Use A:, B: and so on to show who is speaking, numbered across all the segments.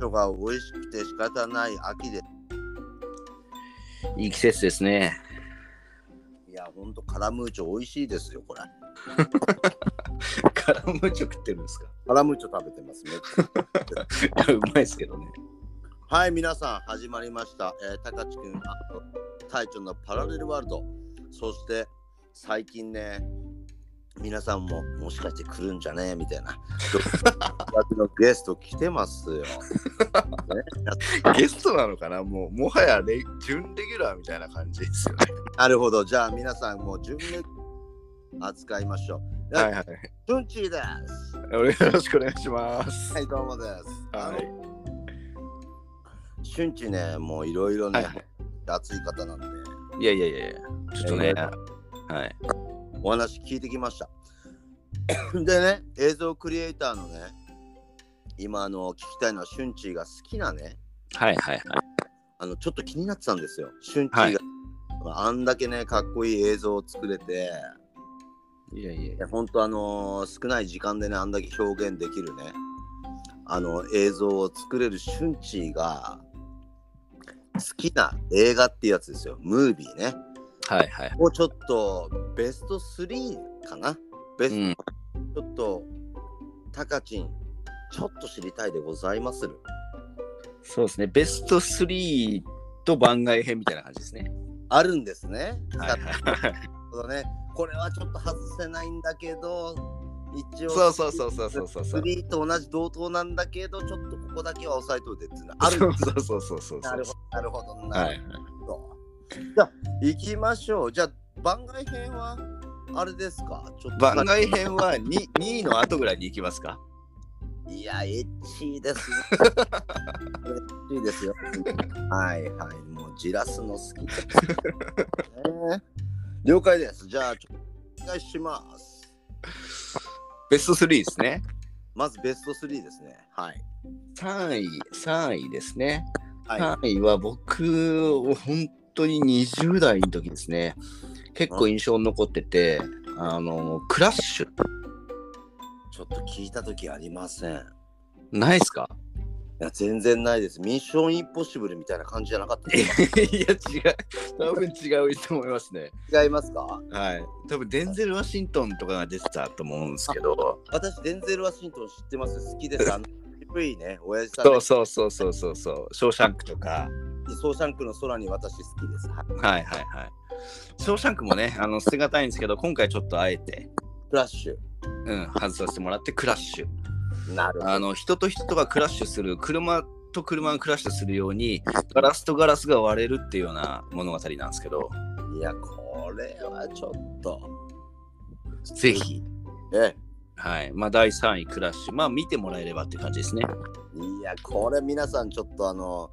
A: ョが美味しくて仕方ない秋で
B: いい季節ですね。
A: いや、ほんとカラムーチョ美味しいですよ、これ。
B: カラムーチョ食ってるんですか
A: カラムーチョ食べてますね。
B: いやうまいですけどね。
A: はい、皆さん、始まりました。えー、高知くん、あ隊長のパラレルワールド。そして、最近ね、皆さんももしかして来るんじゃねえみたいな。 私のゲスト来てますよ。
B: ゲストなのかなもう、もはやレ準レギュラーみたいな感じですよね。
A: なるほど、じゃあ皆さんもう準備扱いましょう。
B: はい
A: い、
B: はい。
A: チュンチーです。
B: よろしくお願いします。
A: はい、どうもです。あ
B: はい
A: のシュンチね、もういろいろね、
B: はいは
A: 熱い方なんで、
B: いやいやいやいや、ちょっとね。はい。
A: お話聞いてきました。 でね、映像クリエイターのね、今あの聞きたいのは、シュンチーが好きなね、
B: はいはいはい。
A: あのちょっと気になってたんですよ。シュンチーが、あんだけね、かっこいい映像を作れて、
B: いやいや
A: いや本当あのー少ない時間でねあんだけ表現できるねあの映像を作れるシュンチーが好きな映画っていうやつですよムービーね
B: はいはい。
A: もうちょっとベスト3かなベ
B: う
A: ス
B: ん。
A: トちょっと、タカチンちょっと知りたいでございまする
B: そうですね。ベスト3と番外編みたいな感じですね。
A: あるんですね、
B: はいはい。
A: なるほどねこれはちょっと外せないんだけど一応
B: そうそうそうそうそうそうそう。
A: 3と同じ同等なんだけどちょっとここだけは押さえといてっていうのあ
B: あ
A: る
B: る
A: ん
B: そうそうそうそうそう。
A: なるほど、なるほど、
B: は
A: ないる。ほど。じゃあ、行きましょう。じゃあ、番外編は、あれですかちょっと
B: 番外編は 2, 2位の後ぐらいに行きますか
A: いや、エッチーですね。エッチーですよ。はいはい、もうじらすの好きだ、ね。了解です。じゃあ、ちょっとお願いします。
B: ベスト3ですね。
A: まずベスト3ですね。はい。
B: 3位、3位ですね。
A: はい。
B: 3位は僕、本当に20代の時ですね。結構印象に残ってて、あの、クラッシュ、
A: ちょっと聞いたときありません。い
B: ないですか
A: や、全然ないです。ミッションインポッシブルみたいな感じじゃなかったで
B: い
A: すか。
B: や、違う。多分違うと思いますね。
A: 違いますか
B: はい。多分デンゼル・ワシントンとかが出てたと思うんですけど。
A: 私、デンゼル・ワシントン知ってます。好きです。あの、渋いね、親父さん
B: そ
A: の
B: うそうそうそうそうそう。ショーシャンクとか。
A: ソーシャンクの空に私好きです。はい
B: はいはいはい。ショーシャンクもね、あの捨てがたいんですけど、今回ちょっとあえて、
A: クラッシ
B: うん、外させてもらって、クラッシュ。
A: ュ。なるほど。
B: あの人と人とがクラッシュする、車と車がクラッシュするように、ガラスとガラスが割れるっていうような物語なんですけど、
A: いや、これはちょっと。
B: ぜひ、
A: え
B: はい。まあ、第3位、クラッシュ。まあ、見てもらえればっていう感じですね。
A: え、いや、これ皆さんちょっとあの、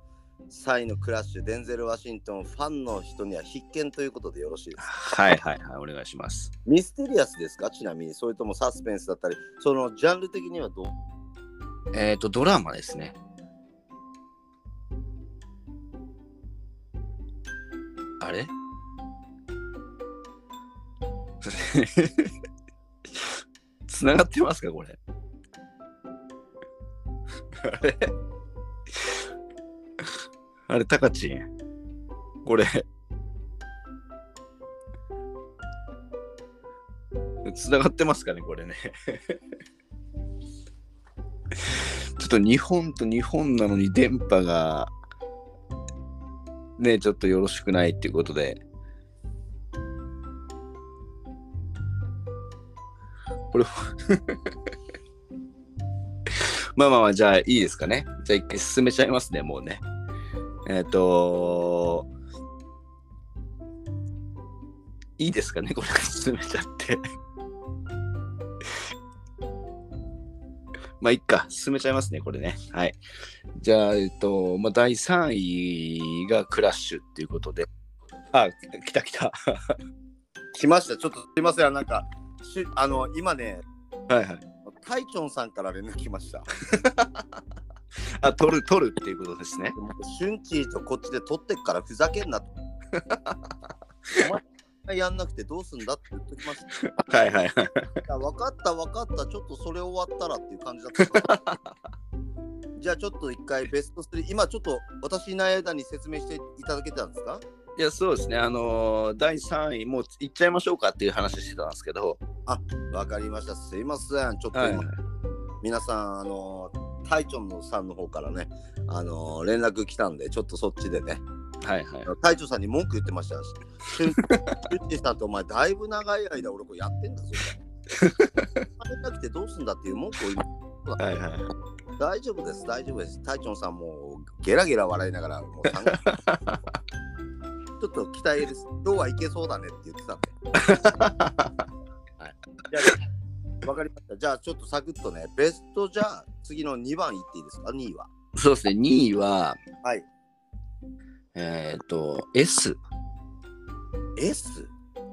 A: サイのクラッシュ、デンゼル・ワシントン、ファンの人には必見ということでよろしいですか。
B: はいはいはい、お願いします。
A: ミステリアスですかちなみに、それともサスペンスだったり、そのジャンル的にはどう
B: えっ、と、ドラマですね。あれ つながってますかこれ。あれあれ、タカチン。これ。つながってますかねこれね。ちょっと日本と日本なのに電波がねちょっとよろしくないっていうことでこれ まあまあまあじゃあいいですかねじゃあ一回進めちゃいますねもうねえっ、といいですかねこれ進めちゃってまあ、いっか、進めちゃいますね、これね。はい。じゃあ、えっと、まあ、第3位がクラッシュっていうことで。あ、来た来た。
A: 来ました。ちょっとすいません。なんか、しあの、今ね、
B: はいはい。
A: タイチョンさんから連絡来ました。
B: あ、取る、取るっていうことですね。
A: もうシュンチーとこっちで取ってっからふざけんなと。お前やんなくてどうすんだって言っときました。い
B: はいはいはい。
A: や分かった分かった、ちょっとそれ終わったらっていう感じだった。じゃあちょっと一回ベスト3、今ちょっと私いない間に説明していただけたんですか
B: いや、そうですね。あのー第3位、もういっちゃいましょうかっていう話してたんですけど、
A: わかりました。すいません。ちょっと
B: はい
A: 今、皆さん、あの、タイチョンのさんの方からね、あの、連絡来たんで、ちょっとそっちでね、
B: はいはい
A: あ。の隊長さんに文句言ってましたし、シ ュンシュンジさんとお前、だいぶ長い間俺これやってんだ ぞ。あれなくてどうすんだっていう文句を今
B: はいはい、
A: 大丈夫です、大丈夫です。隊長さんもうゲラゲラ笑いながら、もう考えちょっと期待です。今日はいけそうだねって言ってたんで。はいじゃあわかりました。じゃあちょっとサクッとね、ベストじゃあ次の2番いっていいですか ?2 位は。
B: そうですね。2位は、
A: はい。
B: えっ、と、S、
A: S?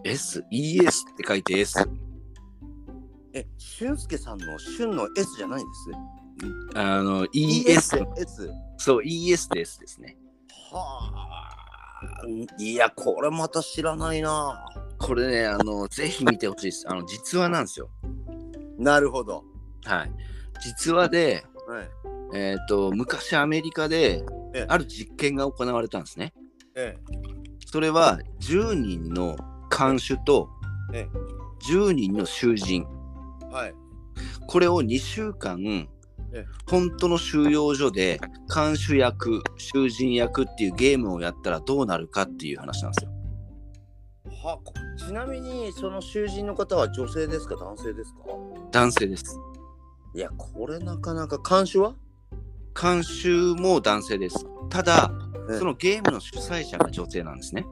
B: S、ES って書いて S。
A: え、俊介さんの俊の S じゃないんです。
B: あの、ES、
A: ES。
B: そう、ES ですですね。
A: はあ。いや、これまた知らないな。
B: これね、あの、ぜひ見てほしいです。あの、実話なんですよ。
A: なるほど。
B: はい。実話で、
A: はい。
B: えっ、と、昔アメリカで
A: ええ、
B: ある実験が行われたんですね。
A: え
B: それは、10人の看守と
A: ええ、
B: 10人の囚人。
A: え。はい。
B: これを2週間
A: ええ、
B: 本当の収容所で、看守役、囚人役っていうゲームをやったらどうなるかっていう話なんですよ。
A: はこちなみに、その囚人の方は女性ですか男性ですか
B: 男性です。
A: いや、これなかなか、監視は
B: 監修も男性です。ただ
A: ええ、
B: そのゲームの主催者が女性なんですね。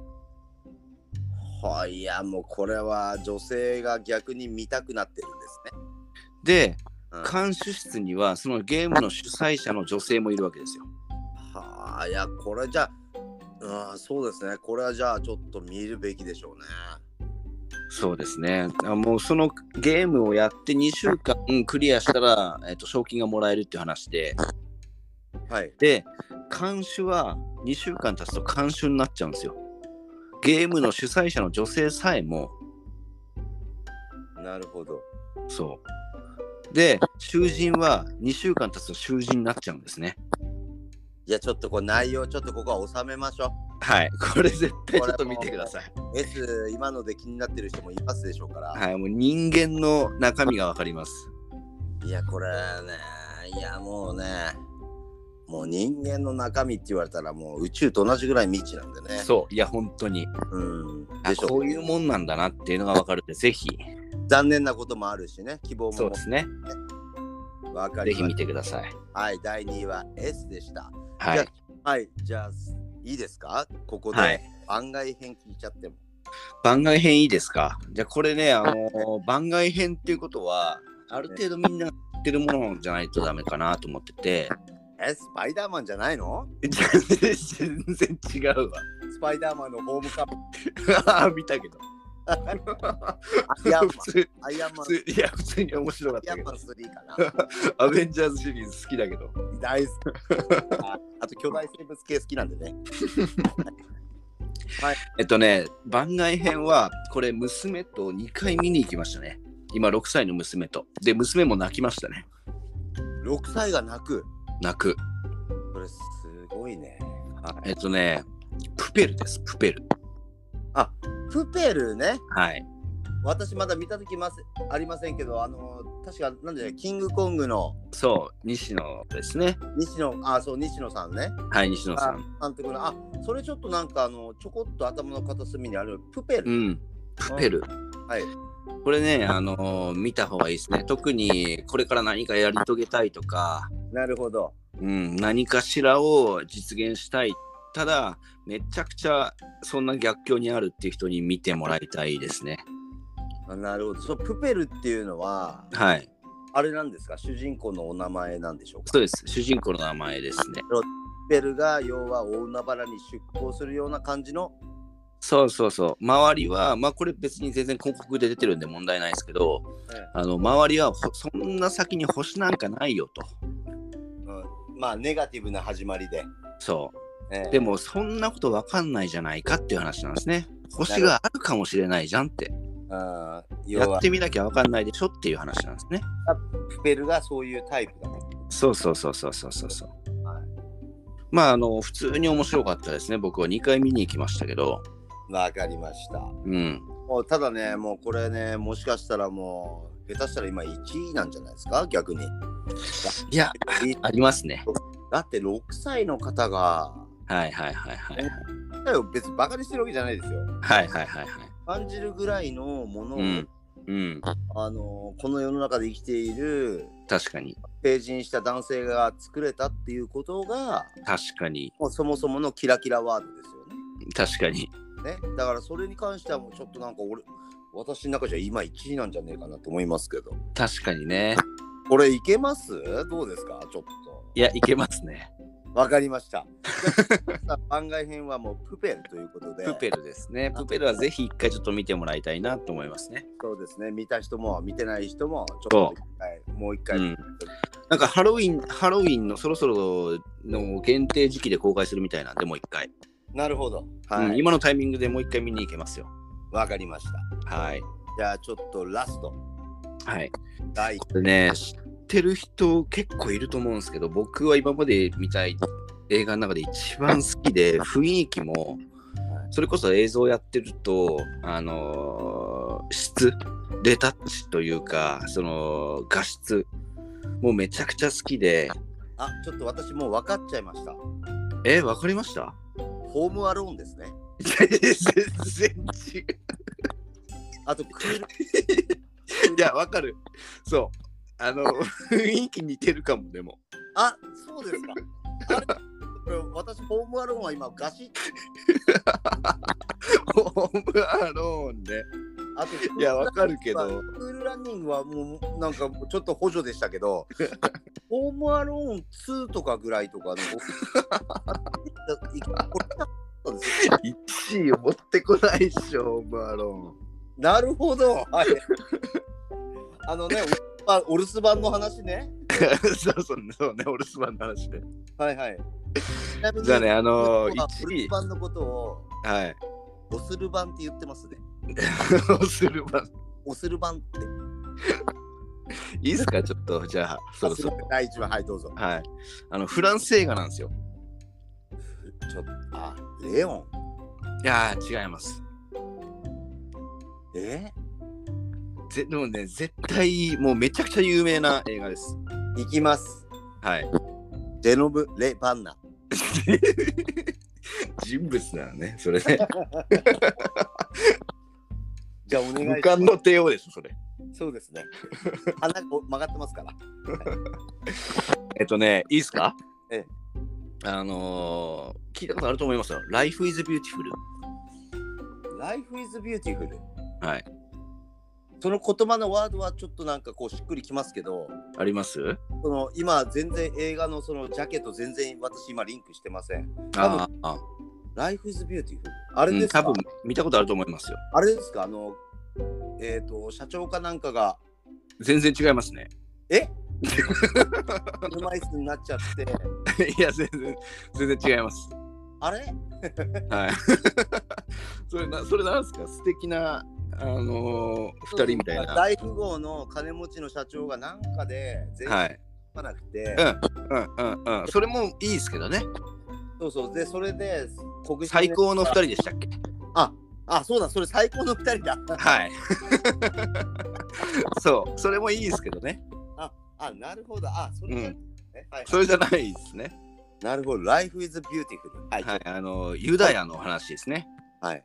A: はい、いや、もうこれは女性が逆に見たくなってるんですね。
B: で、
A: うん
B: 監修室にはそのゲームの主催者の女性もいるわけですよ。
A: はあ、いや、これじゃあ、うん、そうですね。これはじゃあ、ちょっと見るべきでしょうね。
B: そうですね。あもうそのゲームをやって2週間うんクリアしたら、えっと賞金がもらえるっていう話で、
A: はい。
B: で、監修は2週間経つと監修になっちゃうんですよ。ゲームの主催者の女性さえも
A: なるほど。
B: そう。で、囚人は2週間経つと囚人になっちゃうんですね。
A: いや、ちょっとこう内容、ちょっとここは収めましょう。
B: はい、これ絶対ちょっと見てください。
A: S 今ので気になってる人もいますでしょうから、
B: はい、もう人間の中身がわかります。
A: い、やこれねいやもうねもう人間の中身って言われたらもう宇宙と同じぐらい未知なんでね
B: そう、いや、本当に。
A: う、ん、
B: あ
A: でしょ
B: こういうもんなんだなっていうのがわかるんで、ぜひ、
A: 残念なこともあるしね希望
B: そ
A: も
B: うですね。
A: 分か
B: ぜ
A: り
B: ひ
A: ま
B: 見
A: す
B: てください。
A: はい第2位は S でした
B: は
A: じゃ
B: い。
A: はいじゃあいいですかここ
B: は
A: で
B: い。
A: 番外編聞いちゃっても、
B: 番外編いいですかじゃあ、これね、あのー番外編っていうことは、ある程度みんな知ってるものじゃないとダメかなと思ってて、
A: えスパイダーマンじゃないの
B: 全然違う
A: スパイダーマンのホーム カップ
B: わ。見たけど。
A: アイアンマン
B: 普通
A: アイアンマン
B: 普通いや、普通に面白かっ
A: アイア
B: たけ
A: ン
B: ど
A: マン。3かな
B: アベンジャーズシリーズ好きだけど。
A: 大 好き。ああと巨大生物系好きなんでね。
B: えっとね、番外編は、これ、娘と2回見に行きましたね。今、6歳の娘と。で、娘も泣きましたね。
A: 6歳が泣く。
B: 泣く。
A: それすごいね。は
B: えっとね、プペルです、プペル。
A: い、プペルね。
B: はい。
A: 私まだ見た時ますありませんけど、あの確かなんでキングコングの
B: そう、西野ですね。
A: 西野あそう西野さんね。
B: はい、西野さん。
A: 監督のあそれちょっとなんかあのちょこっと頭の片隅にあるプペ
B: う
A: ル。
B: ん、プペル。
A: はい。
B: これね、あのー見た方がいいですね。特に、これから何かやり遂げたいとか、
A: なるほど。
B: うん、何かしらを実現したい。ただ、めちゃくちゃそんな逆境にあるっていう人に見てもらいたいですね。
A: あなるほど。そうプペルっていうのは
B: はい。
A: あれなんですか主人公のお名前なんでしょうか
B: そうです。主人公の名前ですね。
A: ペルが要は大海原に出港するような感じの
B: そうそうそう。周りは、まあこれ別に全然広告で出てるんで問題ないですけど、
A: え
B: あの周りはほそんな先に星なんかないよと。
A: まあネガティブな始まりで、
B: そう。
A: ええ
B: でもそんなことわかんないじゃないかっていう話なんですね。星があるかもしれないじゃんって。
A: あー要
B: や
A: は
B: ってみなきゃわかんないでしょっていう話なんですね。
A: プペルがそういうタイプだね
B: そうそうそうそうそうそうそう、
A: はい
B: まああの普通に面白かったですね僕は2回見に行きましたけど
A: わかりました。
B: うん
A: もうただね、もうこれね、もしかしたらもう、下手したら今1位なんじゃないですか、逆 に。
B: いやありますね
A: だって6歳の方が、
B: はいはいはいはい
A: 6歳を別にバカにしてるわけじゃないですよ。
B: はいはいはいはい
A: 感じるぐらいのものを、
B: うんうん
A: あのこの世の中で生きている
B: 確かに
A: 成人した男性が作れたっていうことが
B: 確かに
A: もうそもそものキラキラワードですよね。
B: 確かに
A: ね、だからそれに関してはもうちょっとなんか俺私の中じゃ今1位なんじゃねえかなと思いますけど
B: 確かにね
A: これいけますどうですかちょっと
B: いやいけますね
A: わかりま したじゃあ番外編はもうプペルということで
B: プペルですねプペルはぜひ一回ちょっと見てもらいたいなと思いますね
A: そうですね見た人も見てない人もちょっと一回もう一回、
B: うんなんかハロウィンハロウィンのそろそろの限定時期で公開するみたいなんでもう一回、
A: なるほどはい、
B: うん今のタイミングでもう一回見に行けますよ
A: わかりました
B: はい
A: じゃあちょっとラスト
B: はい
A: 第
B: これね知ってる人結構いると思うんですけど僕は今まで見たい映画の中で一番好きで雰囲気もそれこそ映像やってるとあのー質レタッチというかその画質もうめちゃくちゃ好きで
A: あちょっと私もう分かっちゃいました
B: えわかりました
A: ホームアローンですね
B: 全然違う
A: あとクール
B: いや、わかる。そう。あの、雰囲気似てるかも、でも。
A: あそうですか。あれこれ私、ホームアローンは今、ガシッ
B: ホームアローンで。
A: あと
B: いや、わかるけど。
A: クールランニングはもう、なんかちょっと補助でしたけ ど、ホームアローン2とかぐらいとかの、
B: 1位を持ってこないっしょ、ホーム アロ
A: なるほど。はい、あのね、おあお留守番の話ね。
B: ーン。そうそうそうね、お留守番の話 で。
A: はいはい。ちなみに
B: じゃあね、あの
A: 僕はお
B: 1
A: 留守
B: 位。
A: 番のことを、
B: はい。
A: おする番って言ってますね。
B: おする番。
A: おする番って。
B: いいですか、ちょっと、じゃあ、そろそ
A: あすいませ
B: ろ
A: ん。第一話、はい、どうぞ。
B: はい。あの、フランス映画なんですよ。
A: ちょっと、あ、レオン。
B: いやー、違います。
A: え
B: ぜでもね、絶対、もうめちゃくちゃ有名な映画です。
A: 行きます。
B: はい。
A: ジェノブ・レ・バンナ。
B: 人物なのね、それね。
A: じゃあお願いします
B: 無冠の帝王ですそれ。
A: そうですね。 鼻が曲がってますから。
B: えっとね、いいですか
A: え
B: あのー聞いたことあると思いますよ。Life is Beautiful。
A: Life is beautiful。
B: はい。
A: その言葉のワードはちょっとなんかこうしっくりきますけど、
B: あります
A: その今全然映画のそのジャケット全然私今リンクしてません。
B: あーあ
A: Life is beautiful。あ
B: ー、
A: れ
B: う
A: で
B: ん、
A: すか、
B: 多分見たことあると思いますよ。
A: あれですかあの、えっ、と、社長かなんかが、
B: 全然違いますね。
A: え車椅子になっちゃって、
B: いや、全然、全然違います。
A: あれ
B: はい。 それな、それなんですか素敵な、あのー、二人みたいな。
A: 大富豪の金持ちの社長がなんかで全然
B: はい。
A: かなくて、
B: うんうんうん。それもいいですけどね。
A: そうそうでそれで黒人
B: 最高の二人でしたっけ
A: ああそうだそれ最高の2人だ
B: はい。そう、それもいいですけどね。
A: あなるほどあそれ、
B: うん
A: ねはい
B: それじゃないですね。
A: なるほど Life is beautiful はい
B: はい、あのユダヤの話ですね。
A: はい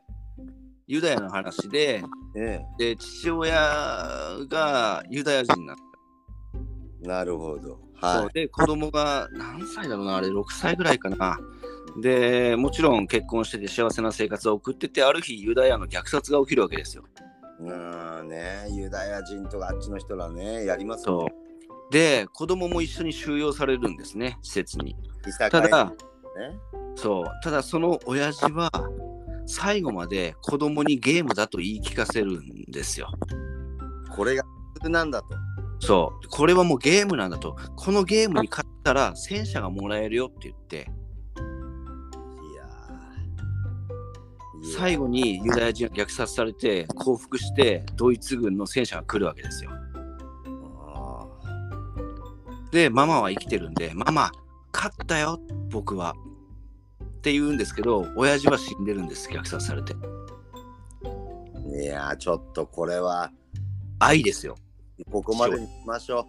B: ユダヤの話で、
A: え
B: で父親がユダヤ人なんで
A: えなるほど
B: すよ、
A: はい
B: で子供が何歳だろうなあれ6歳ぐらいかな。でもちろん結婚してて幸せな生活を送っててある日ユダヤの虐殺が起きるわけですよ。
A: うーんねユダヤ人とかあっちの人らねやりますよ
B: そうで子供も一緒に収容されるんですね施設に。
A: いさ
B: た
A: かい
B: だ、
A: ね
B: そう、ただその親父は最後まで子供にゲームだと言い聞かせるんですよ。
A: これが普通なんだと
B: そう、これはもうゲームなんだと、このゲームに勝ったら戦車がもらえるよって言って、
A: いやーいや
B: 最後にユダヤ人が虐殺されて降伏してドイツ軍の戦車が来るわけですよ。
A: あー
B: で、ママは生きてるんで、ママ、勝ったよ、僕は。って言うんですけど、親父は死んでるんです、虐殺されて。
A: いやーちょっとこれは
B: 愛ですよ。
A: ここまでにしましょう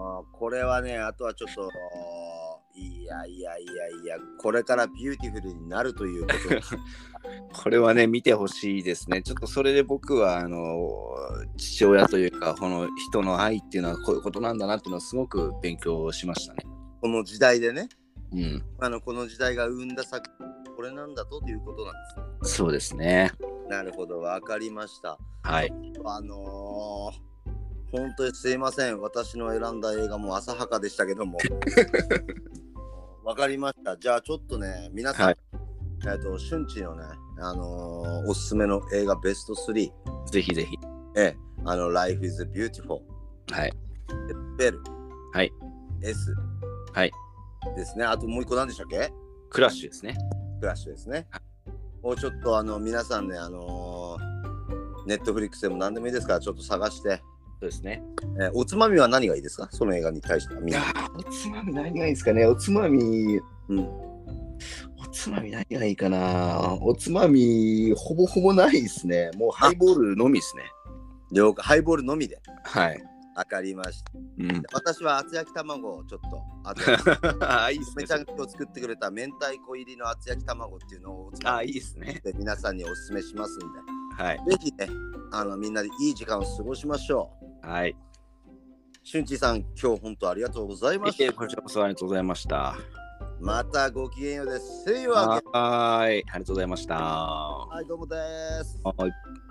A: あーこれはねあとはちょっといやいやいやいやこれからビューティフルになるということで
B: これはね、見てほしいですね。ちょっとそれで僕は、あの、父親というか、この人の愛っていうのはこういうことなんだなっていうのはすごく勉強しましたね。
A: この時代でね
B: うん、
A: あのこの時代が生んだ作品これなんだとということなんですね
B: そうですね。
A: なるほどわかりました
B: はい。
A: あのー、本当にすいません。私の選んだ映画も浅はかでしたけ ども。わかりました。じゃあちょっとね、皆さん、
B: はい
A: えっと、春地のね、あのーおすすめの映画ベスト3、
B: ぜひぜひ。
A: ええ、あの、Life is Beautiful、
B: はい。
A: ベル、
B: はい、
A: S、
B: はい、
A: ですね。あともう一個何でしたっけ
B: クラッシュですね。
A: クラッシュですね。をちょっとあの、皆さんね、あのネットフリックスでも何でもいいですから、ちょっと探して、
B: そうですね。
A: えーおつまみは何がいいですかその映画に対してはみんな。
B: おつまみ何がいいですかね。おつまみ、
A: うん、
B: おつまみ何がいいかな。おつまみ、ほぼほぼないですね。もうハイボールのみですね。
A: 了解ハイボールのみで
B: はい。
A: 分かりました
B: うん。
A: 私は厚焼き卵をちょっとあと
B: あ、いいです
A: め
B: ね
A: ち。ゃくちゃ作ってくれた明太子入りの厚焼き卵っていうのをおつま
B: あ、
A: み
B: いいですね。
A: で皆さんにおすすめしますん
B: はい。
A: でぜひねあのみんなでいい時間を過ごしましょう
B: はい。
A: 俊地さん今日本当ありがとうございま
B: いえ
A: し
B: こち
A: た
B: らこそありがとうございました。
A: またごきげんようです See you again
B: はーい。ありがとうございました。は
A: はいどうもです
B: い。